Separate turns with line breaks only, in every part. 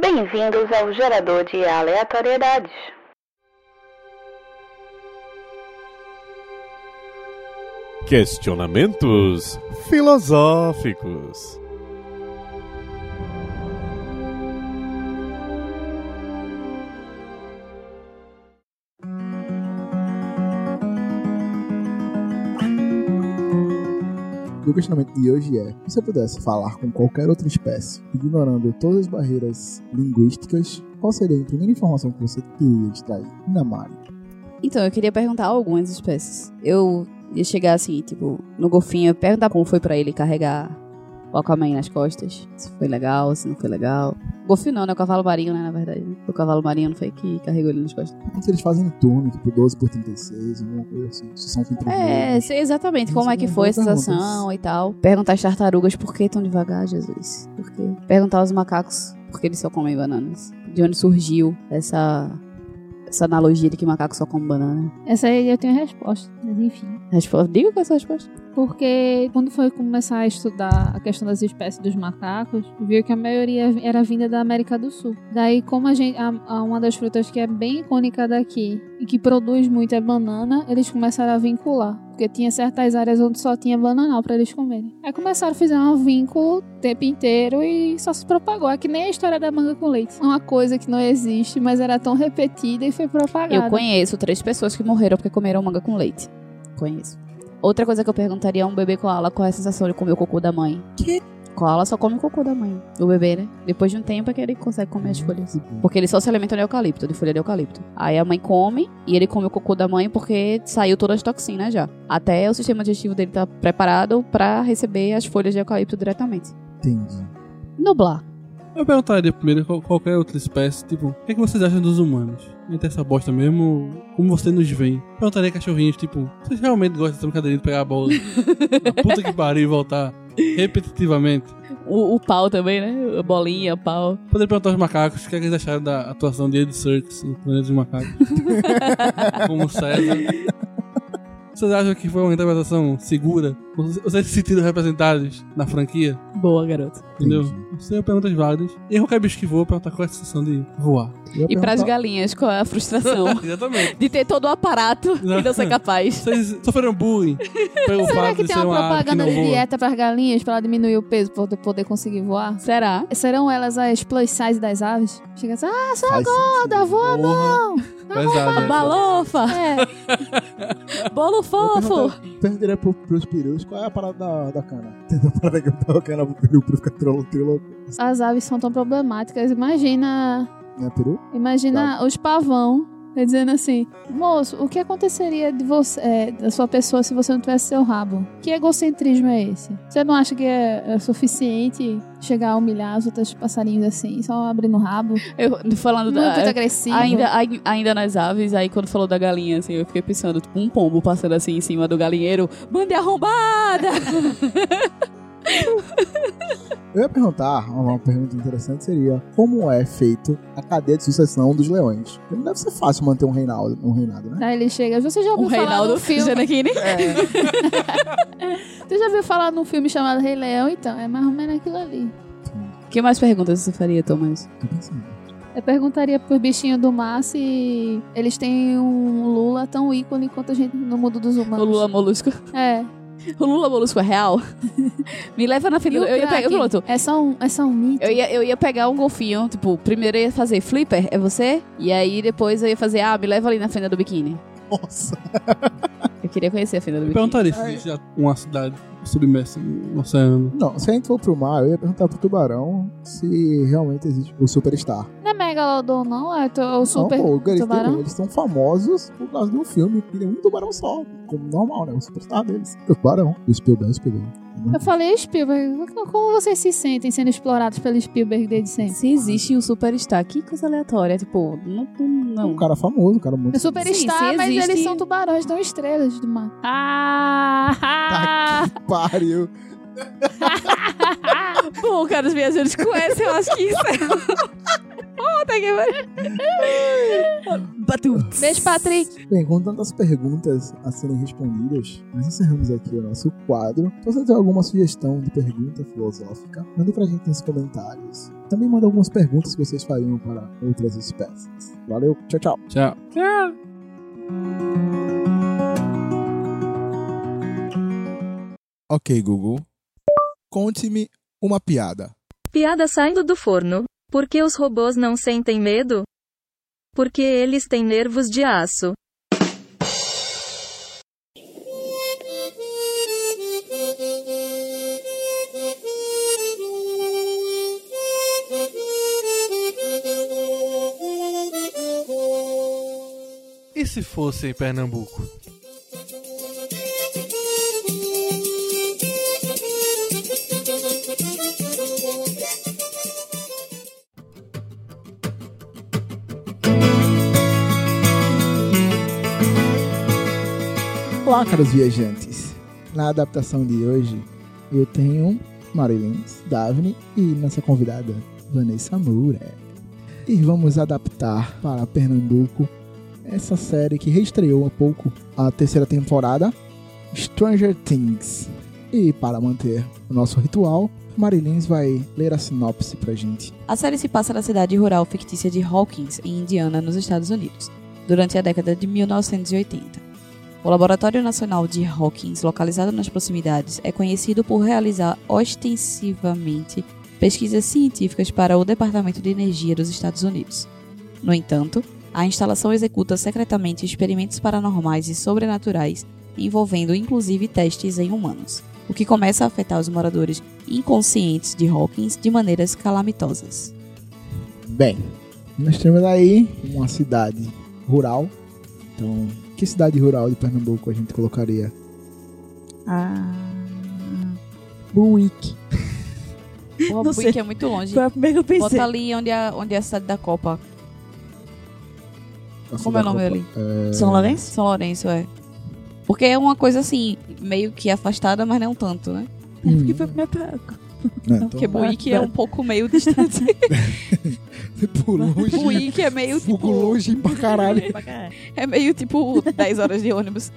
Bem-vindos ao gerador de aleatoriedades.
Questionamentos filosóficos.
E o questionamento de hoje é: se você pudesse falar com qualquer outra espécie, ignorando todas as barreiras linguísticas, qual seria a primeira informação que você teria extrair? Na Mari.
Então, eu queria perguntar algumas espécies. Eu ia chegar assim, tipo, no golfinho, perguntar como foi pra ele carregar o Aquaman nas costas. Se foi legal, se não foi legal. Golfinho não, né? O cavalo marinho, né? Na verdade. né? O cavalo marinho não foi que carregou ele nas costas.
Como é que eles fazem em turno, tipo 12 por 36, alguma coisa assim? Se são contra
É, sei exatamente como é que foi a sensação e tal. Perguntar às tartarugas por que tão devagar, Jesus. Por quê? Perguntar aos macacos por que eles só comem bananas. De onde surgiu essa, essa analogia de que macaco só come banana.
Essa aí eu tenho a resposta, mas enfim.
Resposta, diga qual é a sua resposta.
Porque quando foi começar a estudar a questão das espécies dos macacos, viu que a maioria era vinda da América do Sul. Daí, como a gente, a, a- uma das frutas que é bem icônica daqui e que produz muito é banana, eles começaram a vincular. Porque tinha certas áreas onde só tinha bananal pra eles comerem. Aí começaram a fazer um vínculo o tempo inteiro e só se propagou. É que nem a história da manga com leite. É Uma coisa que não existe, mas era tão repetida e foi propagada.
Eu conheço três pessoas que morreram porque comeram manga com leite. Conheço. Outra coisa que eu perguntaria a um bebê koala qual é a sensação de comer o cocô da mãe.
Quê?
Koala só come o cocô da mãe. O bebê, né? Depois de um tempo é que ele consegue comer as folhas. Porque ele só se alimenta de eucalipto, de folha de eucalipto. Aí a mãe come e ele come o cocô da mãe porque saiu todas as toxinas já. Até o sistema digestivo dele tá preparado pra receber as folhas de eucalipto diretamente.
Entendi.
Noblar.
Eu perguntaria primeiro qual- qualquer outra espécie, tipo, o que, é que vocês acham dos humanos? Entre essa bosta mesmo, como você nos vê? Perguntaria cachorrinhos, tipo, vocês realmente gostam dessa brincadeira de pegar a bola na puta que pariu e voltar repetitivamente?
O, o pau também, né? A bolinha, pau.
Poderia perguntar aos macacos o que, é que eles acharam da atuação de Ed Serkis no Planeta dos Macacos. como César. Vocês acham que foi uma interpretação segura? Vocês se sentiram representados na franquia?
Boa, garoto.
Entendeu?
Entendi.
São perguntas válidas. E qualquer bicho que voa, perguntar qual é a sensação de voar.
Eu ia
E pras
perguntar-
galinhas, qual é a frustração?
Exatamente.
De ter todo o aparato e não ser capaz.
Vocês sofreram bullying pelo
Será
fato
que
de
tem
ser
uma
uma ave que
propaganda
não
de
voa.
dieta para galinhas para ela diminuir o peso para poder conseguir voar?
Será?
Serão elas as plus size das aves? Chega assim, ah, só
Faz
gorda, voa Ah,
Porra.
não!
Pesada.
Balofa!
É,
Bolo
Eu
fofo!
perguntar- Perguntaria pro, pros perus qual é a parada da, da cana. Tem uma parada que eu tava cana pro peru pra ficar trolo, trolo.
as aves são tão problemáticas. Imagina,
Não é peru?
imagina
Tá.
os pavão né, dizendo assim, moço, o que aconteceria de você, é, da sua pessoa se você não tivesse seu rabo? Que egocentrismo é esse? Você não acha que é, é suficiente chegar a humilhar os outros passarinhos assim, só abrindo o rabo?
Eu, falando
Muito
da.
agressivo.
Ainda, ai- ainda nas aves, aí quando falou da galinha, assim, eu fiquei pensando, tipo, um pombo passando assim em cima do galinheiro, mande arrombada!
Eu ia perguntar, uma uma pergunta interessante seria como é feito a cadeia de sucessão dos leões? Porque Não deve ser fácil manter um reinado, um reinado né?
Daí ele chega, você já
Um
ouviu falar
Reinaldo
no filme?
Giannichini.
Você já ouviu falar num filme chamado Rei Leão, então? É mais ou menos aquilo ali.
Que mais perguntas você faria, Thomas?
Tô pensando.
Eu perguntaria pros bichinhos do mar se eles têm um Lula tão ícone quanto a gente no mundo dos
O
humanos.
Lula Molusco.
É.
O Lula Molusco é real? Me leva na frente.
E
do-
o
Eu ia pegar.
craque?
Pronto.
É só um, é só um mito.
Eu ia, eu ia pegar um golfinho, tipo, primeiro eu ia fazer flipper, é você? E aí depois eu ia fazer, ah, me leva ali na fenda do biquíni.
Nossa!
Eu queria conhecer a fenda do
Eu
biquíni.
perguntaria se existe uma cidade submersa no oceano.
Não, se a gente for pro mar, eu ia perguntar pro tubarão se realmente existe o superstar.
Não é Megalodon, não? É to- o super
Não, pô, eles,
tubarão?
têm- eles são famosos por causa de um filme que tem um tubarão só, como normal, né? O superstar deles. O tubarão. O Spielberg, o Spielberg.
Eu falei Spielberg. Como vocês se sentem sendo explorados pelo Spielberg desde sempre?
Se existe um superstar, que coisa aleatória. Tipo, não. não,
Um cara famoso, um cara muito...
É superstar,
Sim, se
mas
existe-
eles são tubarões, não estrelas do mar. Ah!
Pariu.
Bom, caros viajantes, com essa eu acho que isso é. Bom, tá que pariu. Batuts.
Beijo, Patrick.
Bem, com tantas perguntas a serem respondidas, nós encerramos aqui o nosso quadro. Se você tem alguma sugestão de pergunta filosófica, manda pra gente nos comentários. Também manda algumas perguntas que vocês fariam para outras espécies. Valeu, tchau, tchau.
Tchau.
Ok, Google. Conte-me uma piada.
Piada saindo do forno. Por que os robôs não sentem medo? Porque eles têm nervos de aço.
E se fosse em Pernambuco?
Olá, caros viajantes. Na adaptação de hoje, eu tenho Marilyn, Daphne e nossa convidada Vanessa Moura. E vamos adaptar para Pernambuco essa série que reestreou há pouco a terceira temporada, Stranger Things. E para manter o nosso ritual, Marilyn vai ler a sinopse pra gente.
A série se passa na cidade rural fictícia de Hawkins, em Indiana, nos Estados Unidos, durante a década de 1980. O Laboratório Nacional de Hawkins, localizado nas proximidades, é conhecido por realizar ostensivamente pesquisas científicas para o Departamento de Energia dos Estados Unidos. No entanto, a instalação executa secretamente experimentos paranormais e sobrenaturais, envolvendo inclusive testes em humanos, o que começa a afetar os moradores inconscientes de Hawkins de maneiras calamitosas.
Bem, nós temos aí uma cidade rural. Então, que cidade rural de Pernambuco a gente colocaria?
Ah. Buick.
Porra,
Não
Buick
sei.
é muito longe.
Foi a primeira que eu pensei.
Bota ali onde é, onde é a cidade da Copa.
A
Como é o nome
cidade-
ali?
São Lourenço?
São Lourenço, é. Porque é uma coisa assim, meio que afastada, mas não tanto, né?
É porque foi a primeira pra-
Hum, Né, então,
Porque Buíque é um pouco meio distante.
Por longe.
Buíque é meio
Fogo
tipo.
longe pra caralho.
pra caralho.
É meio tipo 10 horas de ônibus.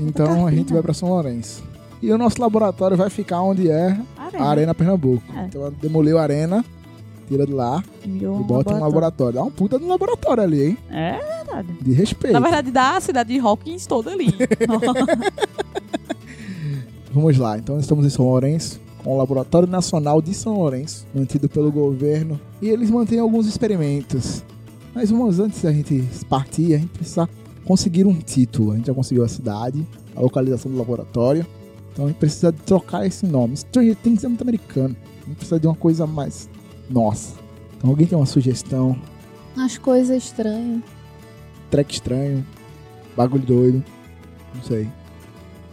Então a gente vai pra São Lourenço. E o nosso laboratório vai ficar onde é a
Arena.
Arena Pernambuco.
É.
Então ela demoliu a arena, tira de lá
Virou
e bota um laboratório. Dá um puta no laboratório ali, hein?
É verdade.
De respeito.
Na verdade, dá a cidade de Hawkins toda ali.
Vamos lá, então estamos em São Lourenço, com o Laboratório Nacional de São Lourenço, mantido pelo governo, e eles mantêm alguns experimentos. Mas vamos antes da gente partir, a gente precisa conseguir um título. A gente já conseguiu a cidade, a localização do laboratório, então a gente precisa trocar esse nome. Stranger Things é muito americano, a gente precisa de uma coisa mais nossa. Então alguém tem uma sugestão?
As coisas estranhas.
Treco estranho, bagulho doido, não sei.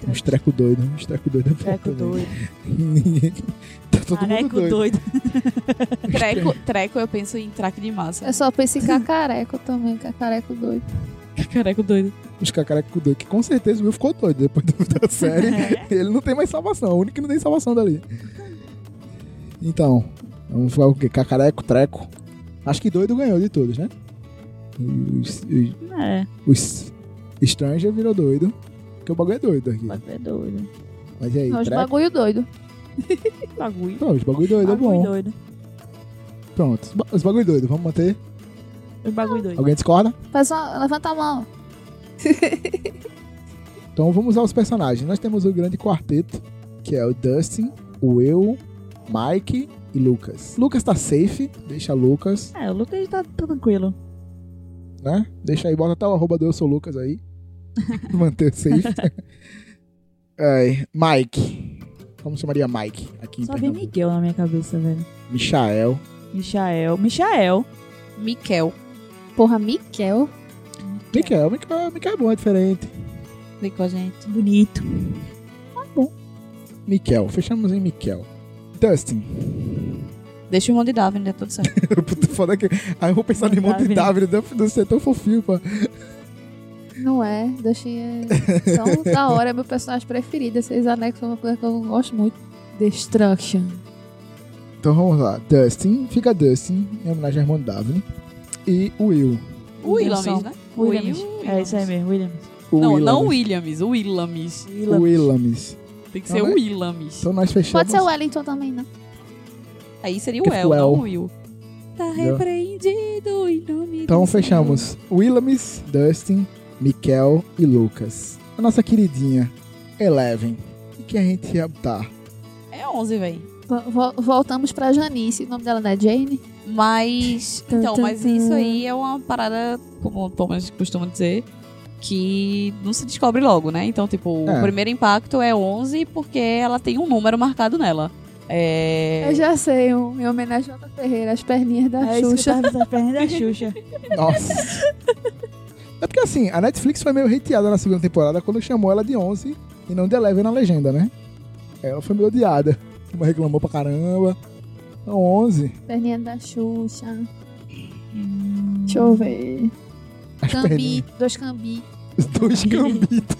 Um estreco doido, um estreco doido é bom
Treco
também.
doido.
Ninguém. Tá todo mundo
Careco
doido.
doido.
treco, treco, eu penso em traque de massa.
Eu só pensei em cacareco também, cacareco doido.
Careco doido.
Os cacarecos doidos, que com certeza o Will ficou doido depois do- da série. Ele não tem mais salvação, é o único que não tem salvação dali. Então, vamos falar o quê? Cacareco, treco. Acho que doido ganhou de todos, né? Os, os,
É,
os Stranger virou doido. Porque o bagulho é doido aqui.
bagulho é doido.
Mas e aí,
É os
treco?
bagulho doido.
Bagulho.
Pô, os bagulho doido é
Bagulho
bom.
doido.
Pronto, os ba- os bagulho doido, vamos manter.
É Bagulho doido.
Alguém discorda?
Faz uma, levanta a mão.
Então vamos aos personagens. Nós temos o grande quarteto, que é o Dustin, o Will, Mike e Lucas. Lucas tá safe, deixa Lucas,
É, o Lucas tá tá tranquilo.
né? Deixa aí, bota até o arroba do Eu Sou Lucas aí. Manter safe. Ai, Mike. Como chamaria Mike aqui em
Só vem
Pernambuco?
Miguel na minha cabeça, velho.
Michael.
Michael. Michael.
Miquel.
Porra, Miquel.
Michael, Michael, Michael é bom, é diferente.
Vem com a gente.
Bonito.
Michael, fechamos em Michael. Dustin.
Deixa o irmão de Davi, né? Tudo certo.
Puta foda que. Aí eu vou pensar no irmão de Davi,
Davi.
Dustin é tão fofinho, pô.
Não é, Dustin é tão da hora, é meu personagem preferido. Esses anexos é uma coisa que eu gosto muito. Destruction.
Então vamos lá. Dustin, fica Dustin, em homenagem à irmã Daphne. E Will.
O Willams,
Wilson.
né?
Williams.
Will-
É isso aí mesmo, Williams.
O
Não, não o
Willams.
Williams, o Willams.
O Willams.
Tem que ser
Não é?
o Willams.
Então nós fechamos.
Pode ser o Wellington também, né? não.
Aí seria
Que
o El,
foi
não
El.
o Will. Tá
Entendeu?
repreendido em
Então
nome do Senhor.
né?
fechamos. Willams, Dustin, Mikel e Lucas. A nossa queridinha Eleven. O que a gente ia botar?
É 11, véi.
Vo- vo- voltamos pra Janice. O nome dela não é Jane?
Mas.
Tum,
Então,
tum,
mas
tum.
isso aí é uma parada, como o Thomas costuma dizer, que não se descobre logo, né? Então, tipo,
É.
o primeiro impacto é 11 porque ela tem um número marcado nela. É.
Eu já sei, um, em homenagem a Jota Ferreira, as perninhas da
É isso que
Xuxa.
eu tava perna da Xuxa.
Nossa. É porque assim, a Netflix foi meio hateada na segunda temporada quando chamou ela de 11 e não de Eleven na legenda, né? Ela foi meio odiada. Ela reclamou pra caramba. Então 11.
Perninha da Xuxa. Deixa eu ver.
As
Cambi,
perninhas.
dois cambi.
Os dois gambitos.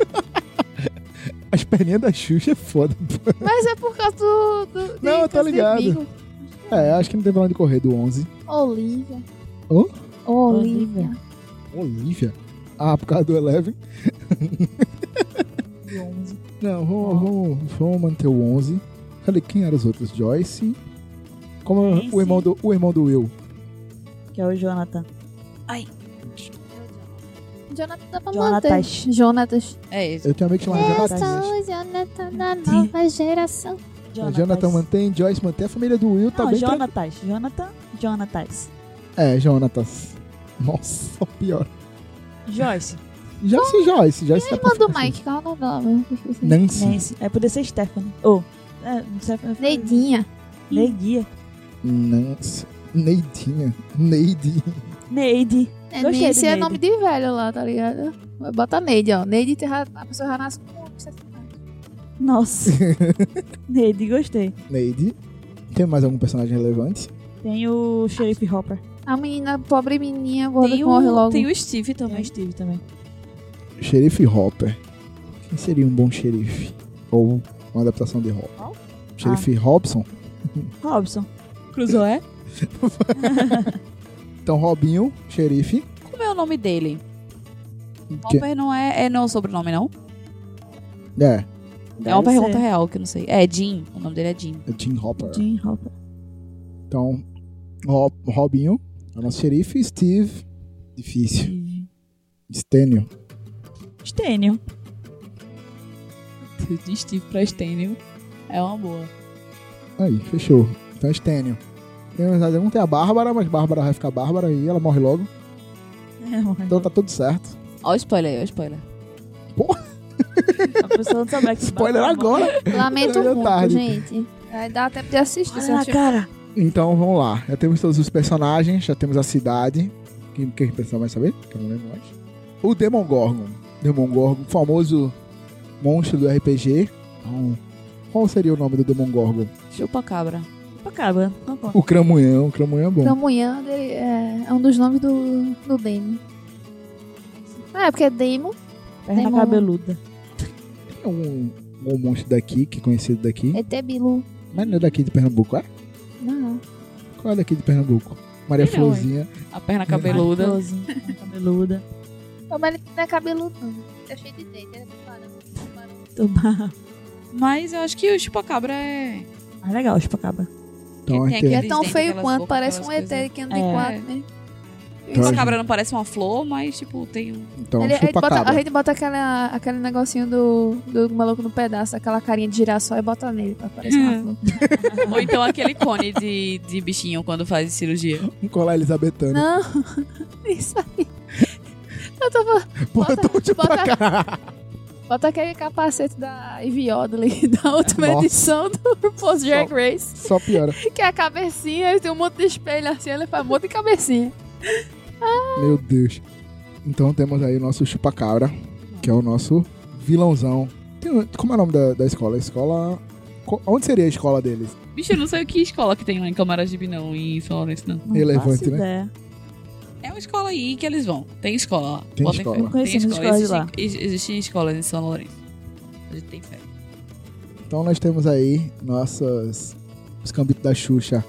As perninhas da Xuxa é foda.
Mas é por causa do. do
Não, eu tô ligado. É, acho que não tem pra onde correr do 11.
Olivia.
Hã?
Olivia.
Olivia? Ah, por causa do Eleven? Não, vamos, vamos, vamos manter o 11. Falei, quem eram os outros? Joyce? Como
Joyce.
o irmão, do, o irmão do Will.
Que é o Jonathan.
Jonathan dá pra manter.
Jonatas.
Jonatas.
É isso.
Eu tenho um amigo que chama Jonathan.
São os Jonathan da nova geração.
É, Jonathan. mantém, Joyce mantém. A família do Will tá
Não,
bem tra-
Jonatas. Jonathan. Jonatas.
É, Jonatas. Nossa, pior.
Joyce.
Joyce e Joyce. Joyce tá pra-
Irmã do Mike, qual é o nome dela? Esqueci.
Nancy.
Nancy. É, poder ser Stephanie. Ou. É, não sei.
Neidinha.
Neguia.
Nancy. Neidinha. Neide.
Neide.
É,
Gostei
Neide
do
é
Neide.
nome de velho lá, tá ligado? Bota Neide, ó. Neide, tem ra- a pessoa já nasce com um 60.
Nossa. Neide, gostei.
Neide. Tem mais algum personagem relevante?
Tem o Xerife Hopper.
A menina, pobre menininha, gorda
Tem
que morre
o,
logo.
tem um- o Steve
Tem
também.
o Steve também.
Xerife Hopper. Quem seria um bom xerife? Ou uma adaptação de Hopper? Xerife Robson?
Robson.
Cruzoé?
Então, Robinho, xerife.
Como é o nome dele?
Que-
Hopper não é, é não o sobrenome, não?
É,
é uma
Deve ser.
pergunta real que eu não sei. É Jim. O nome dele é Jim.
é Tim Hopper.
Jim Hopper.
Então, Ro- Robinho, é o nosso xerife. Steve, difícil. Stênio.
Stênio.
De Steve pra Stênio. É uma boa.
Aí, fechou. Então, Stênio. Tem mais algum? Tem a Bárbara, mas Bárbara vai ficar Bárbara e ela morre logo.
É, mano.
Então, tá tudo certo.
Ó o spoiler aí, ó o spoiler.
A pessoa não sabe que
Spoiler agora!
Lamento
Era
muito,
é tarde.
gente. Aí dá tempo de assistir. se
Olha na
achar-
Ah, cara.
Então, vamos lá. Já temos todos os personagens, já temos a cidade. Quem, quem pensar vai saber? Que eu não lembro mais. O Demogorgon. Demogorgon, famoso monstro do RPG. Então, qual seria o nome do Demogorgon?
Chupa cabra.
Acaba. Não conta.
O Cramunhão. O Cramunhão é bom.
Tamunhã dele é, é um dos nomes do, do Demo. Ah, é porque é Demo.
Perna
Demônio.
cabeluda.
Tem um, um monstro daqui, que é conhecido daqui.
É Tebilu.
Mas não é daqui de Pernambuco, é?
Não.
Qual é daqui de Pernambuco? Maria
Sei não,
Florzinha.
A perna cabeluda.
Maravilhoso. Perna cabeluda.
Não, mas ele não é cabeludo. não. É cheio de dente. Ele é preparado.
Então Tubá.
Mas eu acho que o chupa cabra é...
Ah, legal, Chupacaba.
Então,
tem
a gente
aqui
E
tem-
é tão
Eles
feio
dentro
quanto.
delas
Parece um
bocas, coisa.
ET que não
É.
tem quatro, né?
Então,
Chupa
a
cabra não parece uma flor, mas tipo, tem um...
então
é- Ele- a, gente
chupa
bota,
cabra.
a gente bota aquela, aquele negocinho do, do maluco no pedaço, aquela carinha de girassol e bota nele pra parecer uma flor.
Ou então aquele cone de, de bichinho quando faz cirurgia.
Um colar elisabetano.
Não, isso aí. Eu tô falando,
Porra,
bota-
então chupa
bota-
cabra.
bota aquele capacete da Ivy Odley, da última
Nossa.
edição do RuPaul's Drag Race,
Só piora.
que é a cabecinha, e tem um monte de espelho assim, ele faz um monte de cabecinha.
Meu Deus. Então temos aí o nosso chupacabra, que é o nosso vilãozão. Tem um- como é o nome da, da escola? A Escola. co- Onde seria a escola deles?
Bicho, eu não sei o que escola que tem lá em Camaragibe, não, em São Lourenço, não.
Não
Relevante,
faço
né?
ideia.
É uma escola aí que eles vão. Tem escola lá.
Tem
Botem
escola.
fé.
Eu
conheci
tem
umas
escola.
escolas
Existem, ex- existem escolas em São Lourenço. A gente tem fé.
Então nós temos aí nossas os cambitos da Xuxa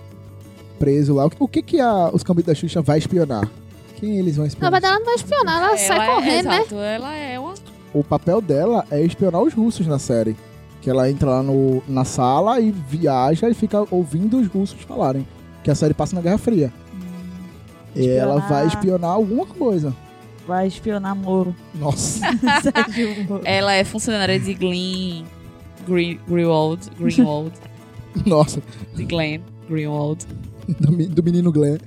preso lá. O que- O que que a- os cambitos da Xuxa vai espionar? Quem eles vão
Na
espionar?
verdade, ela não vai espionar, ela sai correndo, né?
é- exato, Ela é uma.
O papel dela é espionar os russos na série. Que ela entra lá no, na sala e viaja e fica ouvindo os russos falarem. Que a série passa na Guerra Fria. E ela
Espionar.
vai espionar alguma coisa.
Vai espionar Moro.
Nossa.
Sérgio Moro.
Ela é funcionária de Glenn. Green, Greenwald. Greenwald.
Nossa.
de Glenn. Greenwald.
Do, me- do menino Glenn.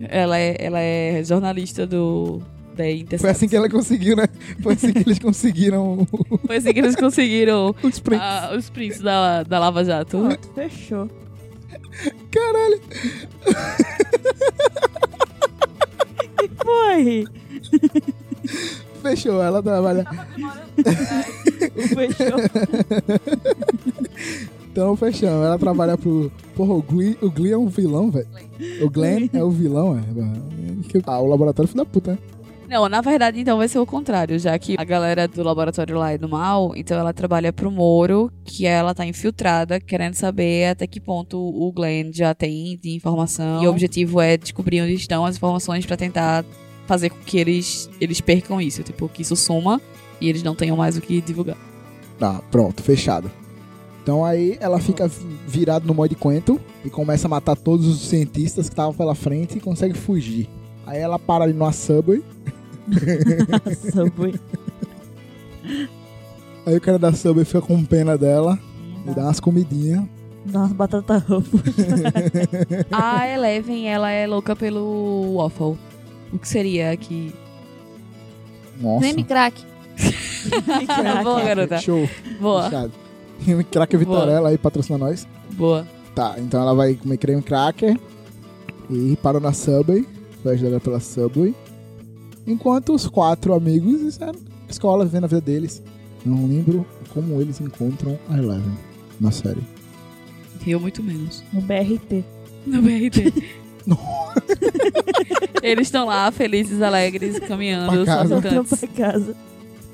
Ela é, ela é jornalista do. Da Intercept.
Foi assim que ela conseguiu, né? Foi assim que eles conseguiram
Foi assim que eles conseguiram
os prints.
ah, os prints da, da Lava Jato.
Pronto, fechou.
Caralho.
Foi.
Fechou. Ela trabalha.
Fechou.
Então, fechando, ela trabalha pro. Porra, o Glee, o Glee é um vilão, velho. O Glenn é o vilão, é. Que- Ah, o laboratório foi da puta, né?
Não, na verdade, então vai ser o contrário, já que a galera do laboratório lá é do mal, então ela trabalha pro Moro, que ela tá infiltrada, querendo saber até que ponto o Glenn já tem de informação. E o objetivo é descobrir onde estão as informações pra tentar fazer com que eles, eles percam isso, tipo, que isso suma e eles não tenham mais o que divulgar.
Tá, pronto, fechado. Então aí ela fica vi- virada no mod Quentin e começa a matar todos os cientistas que estavam pela frente e consegue fugir. Aí ela para ali numa subway,
Subway.
aí o cara da subway fica com pena dela e dá umas comidinhas.
Nossa, batata roupa.
a Eleven, ela é louca pelo Waffle. O que seria aqui?
Nossa.
Name crack.
Boa, garota.
Show,
Boa,
fechado. Crack Vitorella aí patrocina nós.
boa.
Tá, então ela vai comer creme cracker e parou na Subway, foi ajudada pela Subway. Enquanto os quatro amigos estão na escola vivendo a vida deles. Não lembro como eles encontram a Eleven na série.
Eu muito menos.
No BRT.
No BRT. Eles estão lá, felizes, alegres, caminhando,
Pra casa.
Voltou
saltitantes.
pra casa.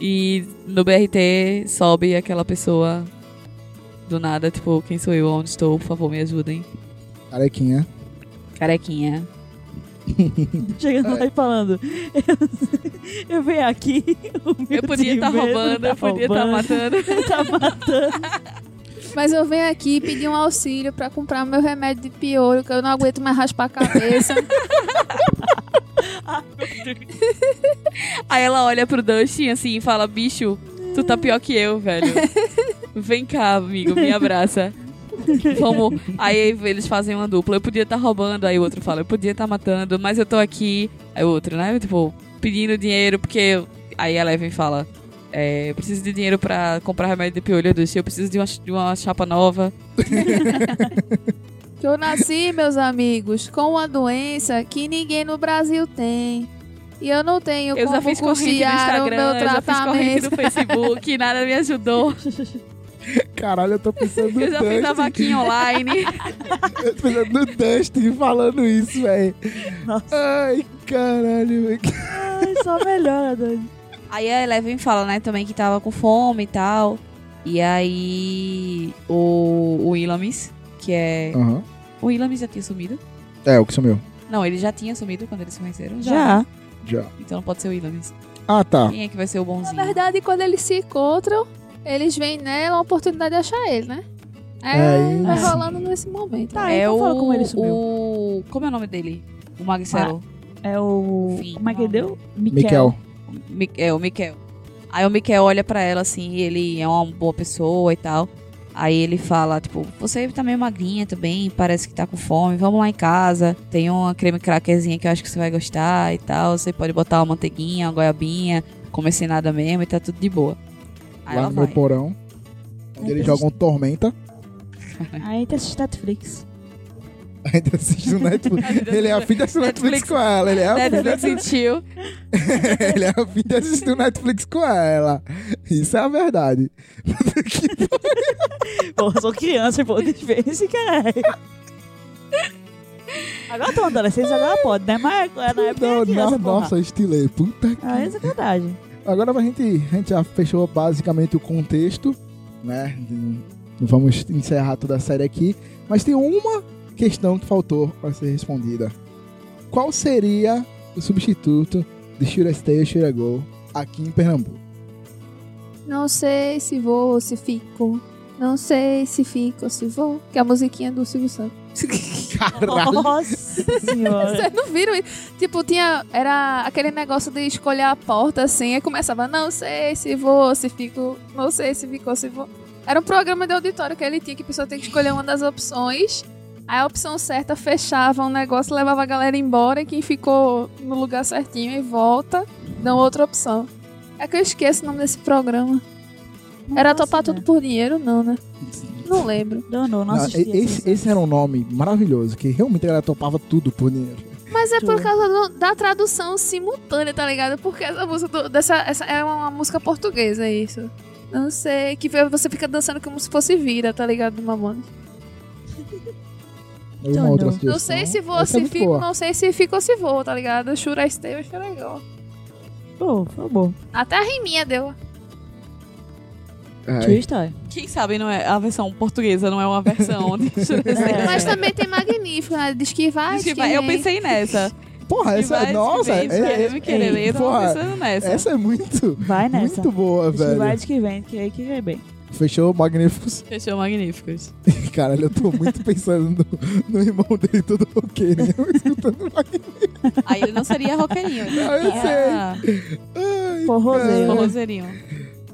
E no BRT sobe aquela pessoa do nada, tipo, quem sou eu, onde estou, por favor, me ajudem.
Carequinha.
Carequinha.
É.
Chegando lá e falando. Eu, eu venho aqui. o meu
Eu podia estar
dinheiro
roubando, eu
tá
podia estar
roubando,
matando.
Tá matando.
Mas eu venho aqui pedir um auxílio pra comprar meu remédio de piolho, que eu não aguento mais raspar a cabeça.
Aí ela olha pro Dustin assim e fala: bicho, tu tá pior que eu, velho. Vem cá, amigo, me abraça. Vamos. Aí eles fazem uma dupla. Eu podia estar roubando, aí o outro fala, eu podia estar matando, mas eu tô aqui. Aí o outro, né? Tipo, pedindo dinheiro, porque. eu- Aí a Eleven fala. É, eu preciso de dinheiro pra comprar remédio de piolho do eu preciso de uma, de uma chapa nova.
que eu nasci, meus amigos, com uma doença que ninguém no Brasil tem. E eu não tenho
Eu
como
já fiz corrente no
custear o meu
Instagram, eu já fiz corrente
tratamento.
no Facebook, nada me ajudou.
Caralho, eu tô pensando no
Eu já fiz a
Dustin.
vaquinha online.
Eu tô pensando no Dustin falando isso, velho.
Nossa,
Ai, caralho, velho.
ai, só melhora, Dani.
Aí a Eleven fala, né, também que tava com fome e tal. E aí o, o Ilamis, que é.
Aham.
O Ilamis já tinha sumido.
É, o que sumiu.
Não, ele já tinha sumido quando eles se conheceram. Já.
Já.
né?
Já.
Então não pode ser o Ilamis.
Ah, tá.
Quem é que vai ser o
Na
bonzinho?
verdade, quando eles se encontram, eles veem nela é uma oportunidade de achar ele, né?
É
É, vai
isso.
rolando nesse momento.
Tá,
é
então
o,
fala como ele sumiu.
o. Como é o nome dele? O Magicelo.
É o.
Enfim,
como é que ele deu?
Miquel.
Mi- É, o Miquel. Aí o Miquel olha pra ela assim, e ele é uma boa pessoa e tal. Aí ele fala, tipo, você tá meio magrinha também, parece que tá com fome, vamos lá em casa. Tem uma creme crackerzinha que eu acho que você vai gostar e tal. Você pode botar uma manteiguinha, uma goiabinha, comer sem nada mesmo e tá tudo de boa. Aí
lá
ela
no
vai.
meu porão. Onde eles jogam Tormenta.
É.
Aí tem assiste tá Netflix.
Ainda assiste o Netflix. Ele é a filha do Netflix
Netflix.
com ela. Ele é a filha
Netflix sentiu.
Ele é a fim de assistir o Netflix com ela. Isso é a verdade.
Pô, eu sou criança, pô, dispense, caralho. Agora eu tô adolescência, agora pode, né? Mas agora na época era
Não,
criança,
não,
porra.
nossa, estilei. Puta que...
Ah, isso é verdade.
Agora a gente, a gente já fechou basicamente o contexto, né? de- Não vamos encerrar toda a série aqui, mas tem uma questão que faltou para ser respondida. Qual seria o substituto de Shura Stay ou Shura Go aqui em Pernambuco?
Não sei se vou ou se fico. Não sei se fico ou se vou. Que é a musiquinha do Silvio Santos.
Caralho!
Nossa senhora.
Vocês não viram isso? Tipo, tinha. Era aquele negócio de escolher a porta assim. E começava, não sei se vou ou se fico. Não sei se fico ou se vou. Era um programa de auditório que ele tinha que a pessoa tem que escolher uma das opções. Aí a opção certa fechava um negócio, levava a galera embora e quem ficou no lugar certinho e volta, dão outra opção. É que eu esqueço o nome desse programa. Era
Nossa,
topar tudo por dinheiro? Não, né? Não lembro.
Danou,
Não,
não assisti.
esse, esse era um nome maravilhoso, que realmente ela topava tudo por dinheiro.
Mas é por
Tô.
causa do- da tradução simultânea, tá ligado? Porque essa música do- dessa, essa é uma música portuguesa, é isso. Não sei, que você fica dançando como se fosse vira, tá ligado? Do Mamonas.
Alguma
Então, Não,
outra
não.
sugestão?
Não sei se vou,
Essa é
se
muito
fico,
boa.
não sei se fico ou se vou, tá ligado? Chura esteu, chura igual.
Pô, foi bom.
é Até a riminha deu.
Ai, É.
Tio Star.
Quem sabe não é a versão portuguesa, não é uma versão. de
É.
Mas também tem magnífico, né? Diz que vai, diz que,
eu
vem.
pensei nessa.
Porra, essa
Vai,
é. Nossa,
vem,
é-
vai,
é-
me querer ler, eu tava
porra,
pensando nessa.
essa é muito,
Vai nessa.
muito boa,
Diz que
velho.
vai, diz que vem, que aí que vem bem.
Fechou, magníficos.
Fechou magníficos.
Caralho, eu tô muito pensando no, no irmão dele né? todo roqueirinho, escutando magníficos.
Aí ele não seria roqueirinho.
Ah, eu
Ah,
Ai,
Forrozeiro.
cara.
forrozeirinho.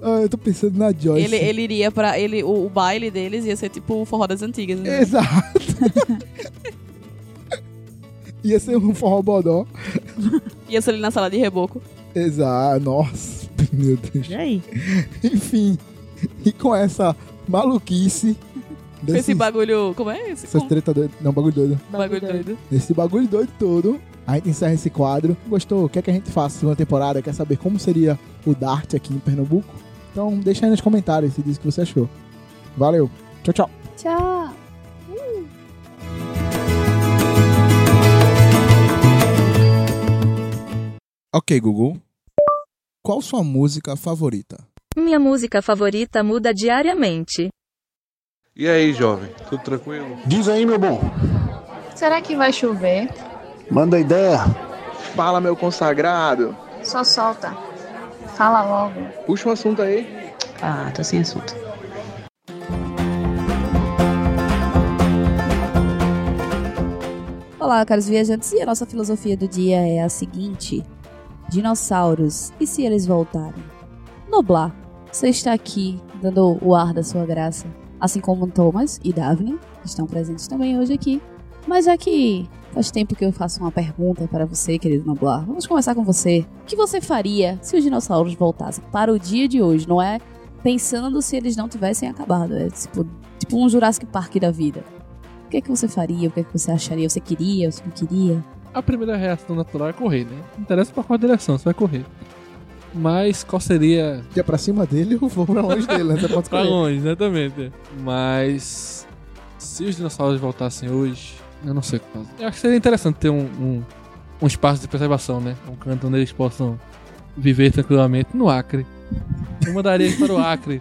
Ah, eu tô pensando na Joyce.
Ele, ele iria pra. Ele, o, o baile deles ia ser tipo o forró das antigas. Né?
Exato. Ia ser um forró bodó. É.
Ia ser ele na sala de reboco.
Exato. Nossa, meu Deus.
E aí?
Enfim, e com essa maluquice...
Com
Desse,
esse bagulho. Como é esse?
Essas
Com-
treta doida. Não, bagulho doido.
bagulho doido.
Desse bagulho doido todo, a gente encerra esse quadro. Gostou? Quer que a gente faça segunda temporada? Quer saber como seria o Dart aqui em Pernambuco? Então deixa aí nos comentários e diz o que você achou. Valeu. Tchau, tchau.
Tchau.
Ok, Google. Qual sua música favorita?
Minha música favorita muda diariamente.
E aí, jovem, tudo tranquilo?
Diz aí, meu bom.
Será que vai chover?
Manda ideia.
Fala, meu consagrado.
Só solta. Fala logo.
Puxa um assunto aí.
Ah, tô sem assunto.
Olá, caros viajantes, e a nossa filosofia do dia é a seguinte: Dinossauros, e se eles voltarem? Noblar, você está aqui dando o ar da sua graça, assim como Thomas e Daphne, que estão presentes também hoje aqui. Mas já que faz tempo que eu faço uma pergunta para você, querido Noblar, vamos começar com você. O que você faria se os dinossauros voltassem para o dia de hoje? Não é pensando se eles não tivessem acabado, é tipo, tipo um Jurassic Park da vida. O que é que você faria? O que é que você acharia? Você queria? Você não queria?
A primeira reação natural é correr, né? Não interessa pra qual direção, você vai correr. Mas qual seria.
Quer pra cima dele ou vou pra longe dele? né? Você pode
Pra
escolher.
longe, exatamente. Mas. Se os dinossauros voltassem hoje, eu não sei o que fazer. Eu acho que seria interessante ter um, um, um espaço de preservação, né? Um canto onde eles possam viver tranquilamente no Acre. Eu mandaria eles para o Acre.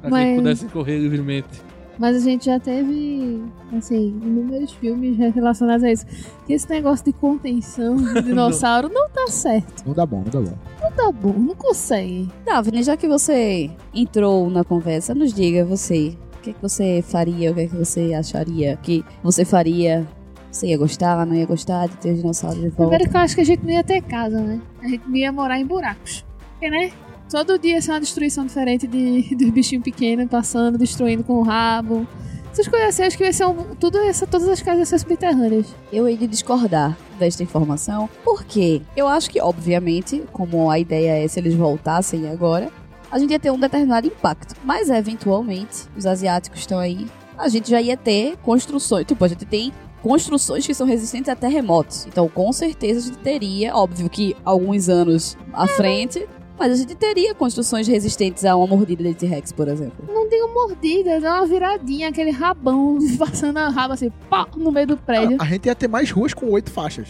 Pra que
Mas-
eles pudessem correr livremente.
Mas a gente já teve, assim, inúmeros filmes relacionados a isso. Que esse negócio de contenção de dinossauro não tá certo.
Não dá bom, não dá bom.
Não tá bom, não consegue.
Daphne, já que você entrou na conversa, nos diga você. O que é que você faria? O que é que você acharia que você faria? Você ia gostar, não ia gostar de ter os dinossauros de volta?
Primeiro que eu acho que a gente não ia ter casa, né? A gente não ia morar em buracos. Porque, né? Todo dia ia ser uma destruição diferente de, de bichinho pequeno passando, destruindo com o rabo. Essas coisas assim, acho que ia ser um, tudo essa, todas as casas iam ser subterrâneas.
Eu hei de discordar desta informação, porque eu acho que, obviamente, como a ideia é se eles voltassem agora, a gente ia ter um determinado impacto. Mas, eventualmente, os asiáticos estão aí, a gente já ia ter construções. Tipo, a gente tem construções que são resistentes a terremotos. Então, com certeza, a gente teria, óbvio que alguns anos à frente, mas a gente teria construções resistentes a uma mordida de T-Rex, por exemplo.
Não digo mordida, dá uma viradinha, aquele rabão passando a rabo assim, pá, no meio do prédio.
A, a gente ia ter mais ruas com oito faixas.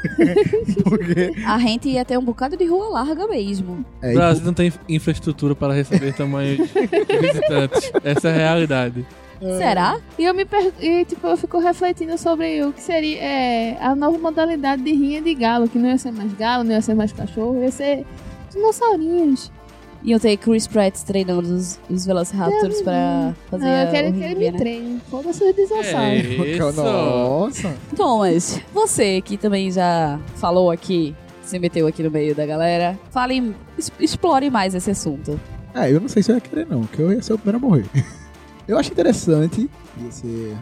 Porque
A gente ia ter um bocado de rua larga mesmo.
É,
o Brasil não tem infra- infraestrutura para receber tamanhos visitantes. Essa é a realidade.
Será?
E eu me per... e, tipo, eu fico refletindo sobre o que seria é, a nova modalidade de rinha de galo, que não ia ser mais galo, não ia ser mais cachorro, ia ser dinossaurinhos.
Iam ter Chris Pratt treinando os, os Velociraptors pra fazer
Ah, eu
a-
quero
o
que ele
ringue,
me
né?
treine. Foda-se os
É
dinossauros.
isso. Nossa.
Thomas, você que também já falou aqui, se meteu aqui no meio da galera, fale, es- explore mais esse assunto.
É, eu não sei se eu ia querer não, porque eu ia ser o primeiro a morrer. Eu acho interessante, ia ser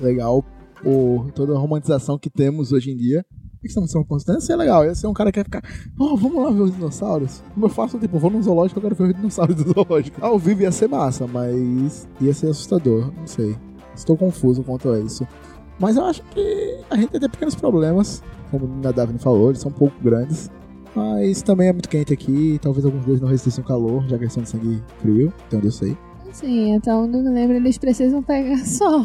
legal por toda a romantização que temos hoje em dia. Por que você não ser uma constante? Ia ser legal, ia ser um cara que ia ficar, ó, vamos lá ver os dinossauros. Como eu faço, tipo, vou num zoológico, eu quero ver os dinossauros do zoológico. Ao vivo ia ser massa, mas ia ser assustador, não sei. Estou confuso quanto a isso. Mas eu acho que a gente ia ter pequenos problemas, como a Daphne falou, eles são um pouco grandes. Mas também é muito quente aqui, talvez alguns deles não resistissem ao calor, já que eles são de sangue frio, então eu sei.
Sim, até onde eu me lembro, eles precisam pegar sol.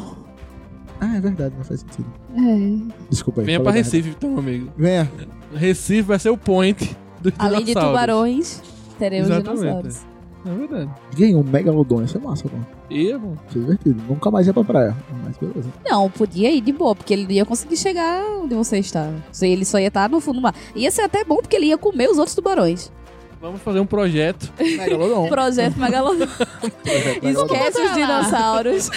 Ah, é verdade, não faz sentido.
É.
Desculpa aí.
Venha pra
falei merda.
Recife, então, amigo.
Venha.
Recife vai ser o point dos
Além de
dinossauros.
tubarões, teremos
Exatamente.
dinossauros.
É verdade.
Ganhei um megalodon, ia ser massa, pô.
E, bom,
Isso é divertido. Nunca mais ia pra praia, mas beleza.
Não, podia ir de boa, porque ele não ia conseguir chegar onde você está. Se Ele só ia estar no fundo do mar. Ia ser até bom, porque ele ia comer os outros tubarões.
vamos fazer um projeto.
É.
Megalodon.
Projeto Megalodon.
é
Esquece os dinossauros.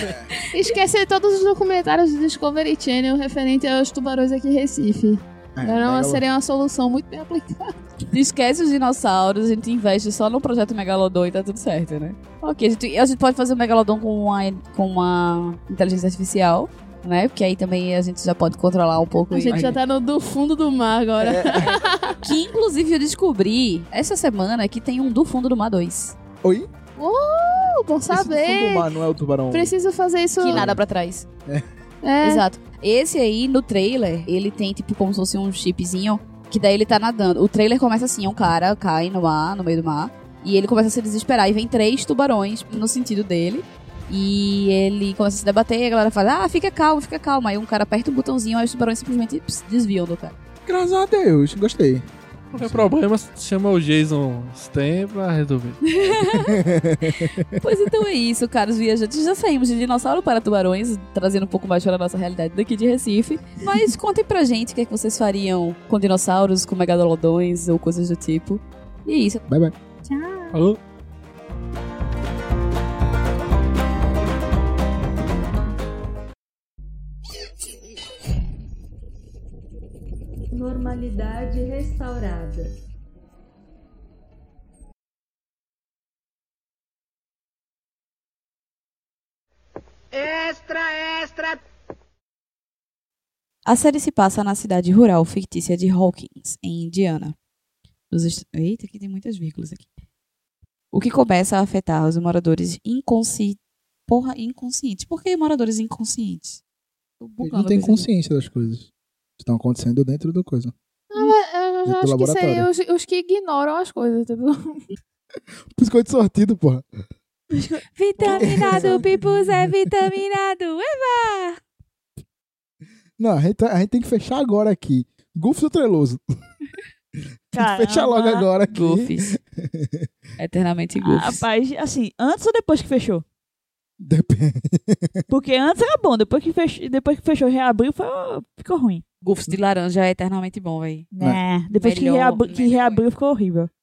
Esquecer todos os documentários do Discovery Channel referente aos tubarões aqui em Recife.
É,
não,
Megalodon.
seria uma solução muito bem aplicada.
Esquece os dinossauros, a gente investe só no projeto Megalodon e tá tudo certo, né? Ok, a gente, a gente pode fazer o Megalodon com uma, com uma inteligência artificial, né? Porque aí também a gente já pode controlar um pouco
A
isso.
gente já tá no do fundo do mar agora.
Que inclusive eu descobri essa semana que tem um do fundo do mar 2.
Oi?
Uh, bom
Fundo do
saber.
mar, não é o tubarão.
Preciso fazer isso.
Que nada pra trás.
É.
Exato. Esse aí, no trailer, ele tem tipo como se fosse um chipzinho, que daí ele tá nadando. O trailer começa assim, um cara cai no mar, no meio do mar, e ele começa a se desesperar, e vem três tubarões no sentido dele. E ele começa a se debater, e a galera fala, ah, fica calmo, fica calmo. Aí um cara aperta o botãozinho, aí os tubarões simplesmente ps, desviam do cara.
Graças a Deus, gostei.
Qualquer problema, chama o Jason Stan pra resolver.
Pois então é isso, caros viajantes. Já saímos de dinossauro para tubarões, trazendo um pouco mais para a nossa realidade daqui de Recife. Mas contem pra gente o que, é que vocês fariam com dinossauros, com megalodões ou coisas do tipo. E é isso.
Bye, bye.
Alô?
Normalidade restaurada.
Extra, extra.
A série se passa na cidade rural fictícia de Hawkins, em Indiana. Nos est- Eita, que tem muitas vírgulas aqui. O que começa a afetar os moradores inconsci... Porra, inconscientes. Por que moradores inconscientes? Tô
Eles
bugando
não têm
a coisa aqui.
consciência das coisas que estão acontecendo dentro da coisa.
Ah, eu
Dentro
já
do
acho que
laboratório.
seriam os, os que ignoram as coisas, tá bom?
Biscoito sortido, porra.
Vitaminado, Pipus é vitaminado. Eva!
Não, a gente, tá- a gente tem que fechar agora aqui. Gufo do Treloso. Tem que fechar logo
Caramba.
agora aqui.
Gufes. Eternamente goofs.
Ah, Rapaz, assim, antes ou depois que fechou? Depende. Porque antes era bom, depois que fechou, depois que fechou reabriu, foi, ficou ruim.
Gufos de laranja é eternamente bom, véi.
Né? Depois que,
Melhor-
reabri- que reabriu, ficou horrível.